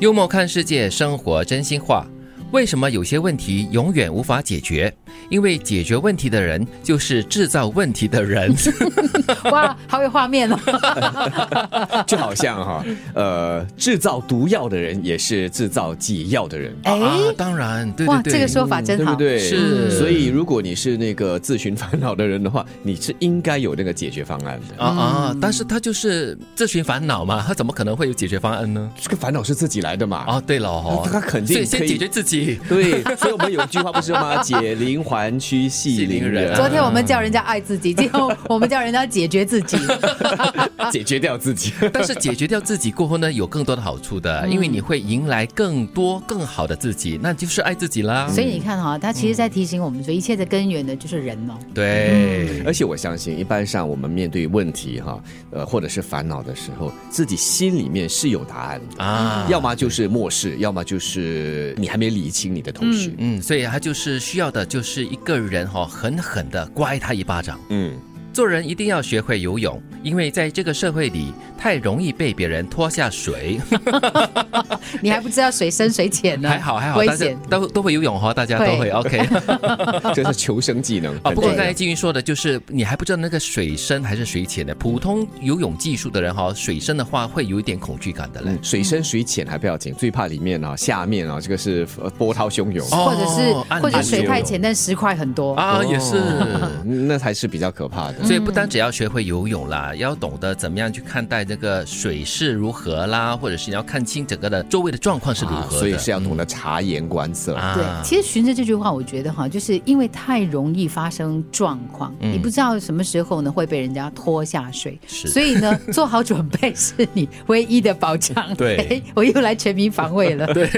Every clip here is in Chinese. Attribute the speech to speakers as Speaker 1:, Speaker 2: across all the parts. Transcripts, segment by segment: Speaker 1: 幽默看世界，生活真心话。为什么有些问题永远无法解决？因为解决问题的人就是制造问题的 人。
Speaker 2: 哇，好有画面哦！
Speaker 3: 就好像哈，呃，制造毒药的人也是制造解药的人。
Speaker 2: 哎，
Speaker 1: 啊，当然，对对
Speaker 2: 哇，
Speaker 1: 对，
Speaker 2: 这个说法
Speaker 3: 对
Speaker 2: 啊真
Speaker 3: 不
Speaker 2: 好。
Speaker 3: 对？
Speaker 1: 是
Speaker 3: 所以如果你是那个自寻烦恼的人的话，你是应该有那个解决方案的。
Speaker 1: 啊
Speaker 2: 嗯
Speaker 1: 啊，但是他就是这群烦恼嘛，他怎么可能会有解决方案呢？
Speaker 3: 这个烦恼是自己来的嘛？
Speaker 1: 啊，对了哦，
Speaker 3: 他肯定
Speaker 1: 所以先
Speaker 3: 可以
Speaker 1: 解决自己。
Speaker 3: 对，所以我们有一句话不 是吗？解铃还须系铃人，
Speaker 2: 昨天我们叫人家爱自己，今天我们叫人家解决 自己。
Speaker 3: 解决掉自己。
Speaker 1: 但是解决掉自己过后呢，有更多的好处
Speaker 2: 嗯
Speaker 1: 的，因为你会迎来更多更好的自己，那就是爱自己啦。
Speaker 2: 所以你看哈、他其实在提醒我们说，一切的根源呢就是人
Speaker 1: 嗯
Speaker 2: 哦。
Speaker 1: 对，
Speaker 3: 而且我相信，一般上我们面对问题哈，呃，或者是烦恼的时候，自己心里面是有答案的
Speaker 1: 啊
Speaker 3: 要么就是漠视，要么就是你还没理清你的头绪。
Speaker 1: 嗯，所以他就是需要的，就是一个人哈、哦，狠狠的掴他一巴掌。
Speaker 3: 嗯，
Speaker 1: 做人一定要学会游泳，因为在这个社会里，太容易被别人拖下水。
Speaker 2: 你还不知道水深水浅呢，
Speaker 1: 还好还好，
Speaker 2: 危
Speaker 1: 大家
Speaker 2: 险。
Speaker 1: 都都会游泳哈、哦，大家都
Speaker 2: 会
Speaker 1: 会 OK。
Speaker 3: 这是求生技能
Speaker 1: 啊，不过
Speaker 3: 很重要
Speaker 1: 刚才金云说的就是你还不知道那个水深还是水浅的。普通游泳技术的人哈、水深的话会有一点恐惧感的嘞
Speaker 3: 嗯。水深水浅还不要紧，最怕里面啊，下面啊，这个是呃波涛汹涌，
Speaker 1: 哦
Speaker 2: 或者是、
Speaker 1: 按
Speaker 2: 或者
Speaker 1: 按
Speaker 2: 水
Speaker 1: 钮
Speaker 2: 太浅，但石块很多。
Speaker 1: 啊，也是。
Speaker 3: 嗯那才是比较可怕的。
Speaker 1: 所以不单只要学会游泳啦，要懂得怎么样去看待这个水势如何啦，或者是你要看清整个的周围的状况是如
Speaker 3: 啊
Speaker 1: 何的。嗯
Speaker 3: 所以是要懂得察言观色。
Speaker 1: 啊，
Speaker 2: 对，其实循着这句话，我觉得哈，就是因为太容易发生状况，你不知道什么时候呢会被人家拖下水，
Speaker 1: 嗯是
Speaker 2: 所以呢，做好准备是你唯一的保障。
Speaker 1: 对
Speaker 2: 哎，我又来全民防卫了。对，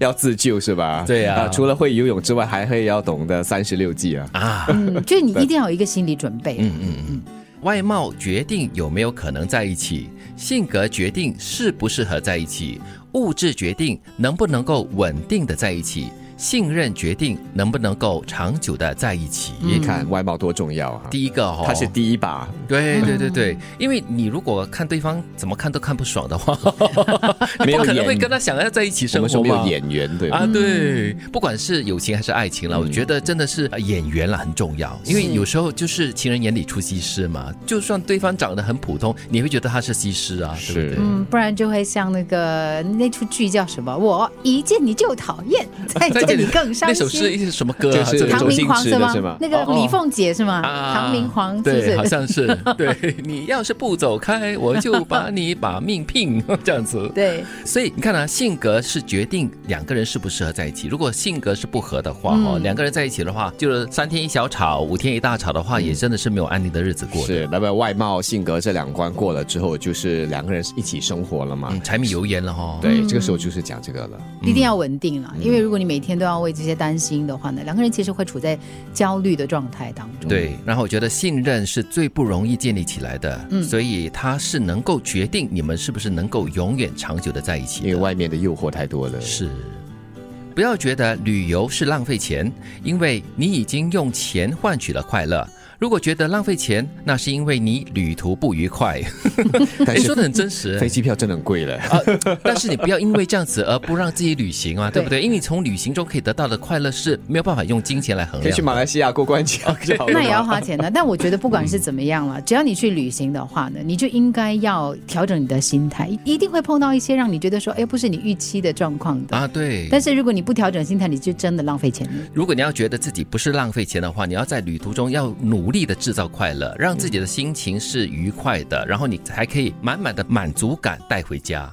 Speaker 3: 要自救是吧？啊
Speaker 1: 对呀
Speaker 3: 除了会游泳之外，还会要懂得三十六计啊。
Speaker 1: 啊，
Speaker 2: 嗯，就是你一定要有一个心理准备。嗯嗯，
Speaker 1: 外貌决定有没有可能在一起，性格决定适不适合在一起，物质决定能不能够稳定的在一起，信任决定能不能够长久的在一起。
Speaker 3: 你看外貌多重要啊！
Speaker 1: 第一个嗯哦，
Speaker 3: 他是第一把，
Speaker 1: 对对对对，因为你如果看对方怎么看都看不爽的话， 你
Speaker 3: 没有
Speaker 1: 不可能会
Speaker 3: 眼
Speaker 1: 跟他想要在一起
Speaker 3: 我
Speaker 1: 生
Speaker 3: 们说
Speaker 1: 活
Speaker 3: 没有
Speaker 1: 嘛。
Speaker 3: 眼缘，对吧？嗯
Speaker 1: 啊，对，不管是友情还是爱情了，我觉得真的是呃演员啦很重要，因为有时候就是情人眼里出西施嘛，就算对方长得很普通，你也会觉得他是西施啊，对不
Speaker 3: 是
Speaker 1: 对？
Speaker 2: 嗯，不然就会像那个那出剧叫什么？我一见你就讨厌，再见你更伤
Speaker 1: 那
Speaker 2: 心。
Speaker 1: 首诗是什么歌啊？
Speaker 3: 就是
Speaker 1: 这个
Speaker 2: 唐
Speaker 3: 唐周
Speaker 1: 东西
Speaker 2: 明
Speaker 3: 星
Speaker 2: 皇
Speaker 3: 驰
Speaker 2: 是
Speaker 3: 的
Speaker 2: 吗
Speaker 3: 是吗？
Speaker 2: 那个
Speaker 3: 哦哦
Speaker 2: 李凤姐是吗？
Speaker 1: 啊
Speaker 2: 唐明皇是不
Speaker 1: 对，好
Speaker 2: 是？
Speaker 1: 像是 对。你要是不走开，我就把你把命拼 这样子。
Speaker 2: 对，
Speaker 1: 所以你看啊，性格是决定两个人适不适合在一起。如果性格是不合的话，哦，
Speaker 2: 嗯
Speaker 1: 两个人在一起的话，就是三天一小吵，五天一大吵的话，也真的是没有安宁的日子过的。
Speaker 3: 嗯是，那么外貌、性格这两关过了之后，就是两个人一起生活了嘛。
Speaker 1: 嗯，柴米油盐了哈。
Speaker 3: 啊对，这个时候就是讲这个了。
Speaker 2: 一定要稳定了，因为如果你每天都要为这些担心的话呢，两个人其实会处在焦虑的状态当中。
Speaker 1: 对，然后我觉得信任是最不容易建立起来的，
Speaker 3: 嗯
Speaker 1: 所以它是能够决定你们是不是能够永远长久的在一起
Speaker 3: 因为
Speaker 1: 的。
Speaker 3: 外面的诱惑太多了，
Speaker 1: 是，不要觉得旅游是浪费钱，因为你已经用钱换取了快乐。如果觉得浪费钱，那是因为你旅途不愉快。
Speaker 3: 但
Speaker 1: 哎，说
Speaker 3: 是
Speaker 1: 的很真 实
Speaker 3: 飞。机票真的很贵了。
Speaker 1: 但是你不要因为这样子而不让自己旅行啊，对不对？因为你从旅行中可以得到的快乐是没有办法用金钱来衡
Speaker 3: 可以
Speaker 1: 量
Speaker 3: 去马
Speaker 1: 的。
Speaker 3: 来西亚过关卡就好了嘛。
Speaker 2: 那也要花钱的，但我觉得不管是怎么样了，只要你去旅行的话呢，你就应该要调整你的心态，一定会碰到一些让你觉得说，哎，不是你预期的状况的。
Speaker 1: 啊，对。
Speaker 2: 但是如果你不调整心态，你就真的浪费钱了。
Speaker 1: 如果你要觉得自己不是浪费钱的话，你要在旅途中要努力的制造快乐，让自己的心情是愉快的，然后你才可以满满的满足感带回家。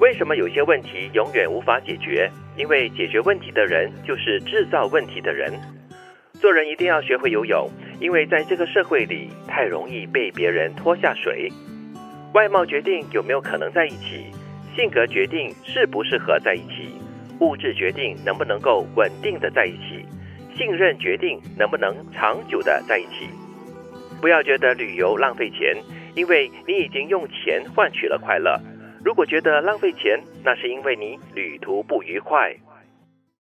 Speaker 4: 为什么有些问题永远无法解决？因为解决问题的人就是制造问题的人。做人一定要学会游泳，因为在这个社会里太容易被别人拖下水。外貌决定有没有可能在一起，性格决定适不适合在一起，物质决定能不能够稳定的在一起，信任决定能不能长久的在一起。不要觉得旅游浪费钱，因为你已经用钱换取了快乐。如果觉得浪费钱，那是因为你旅途不愉快。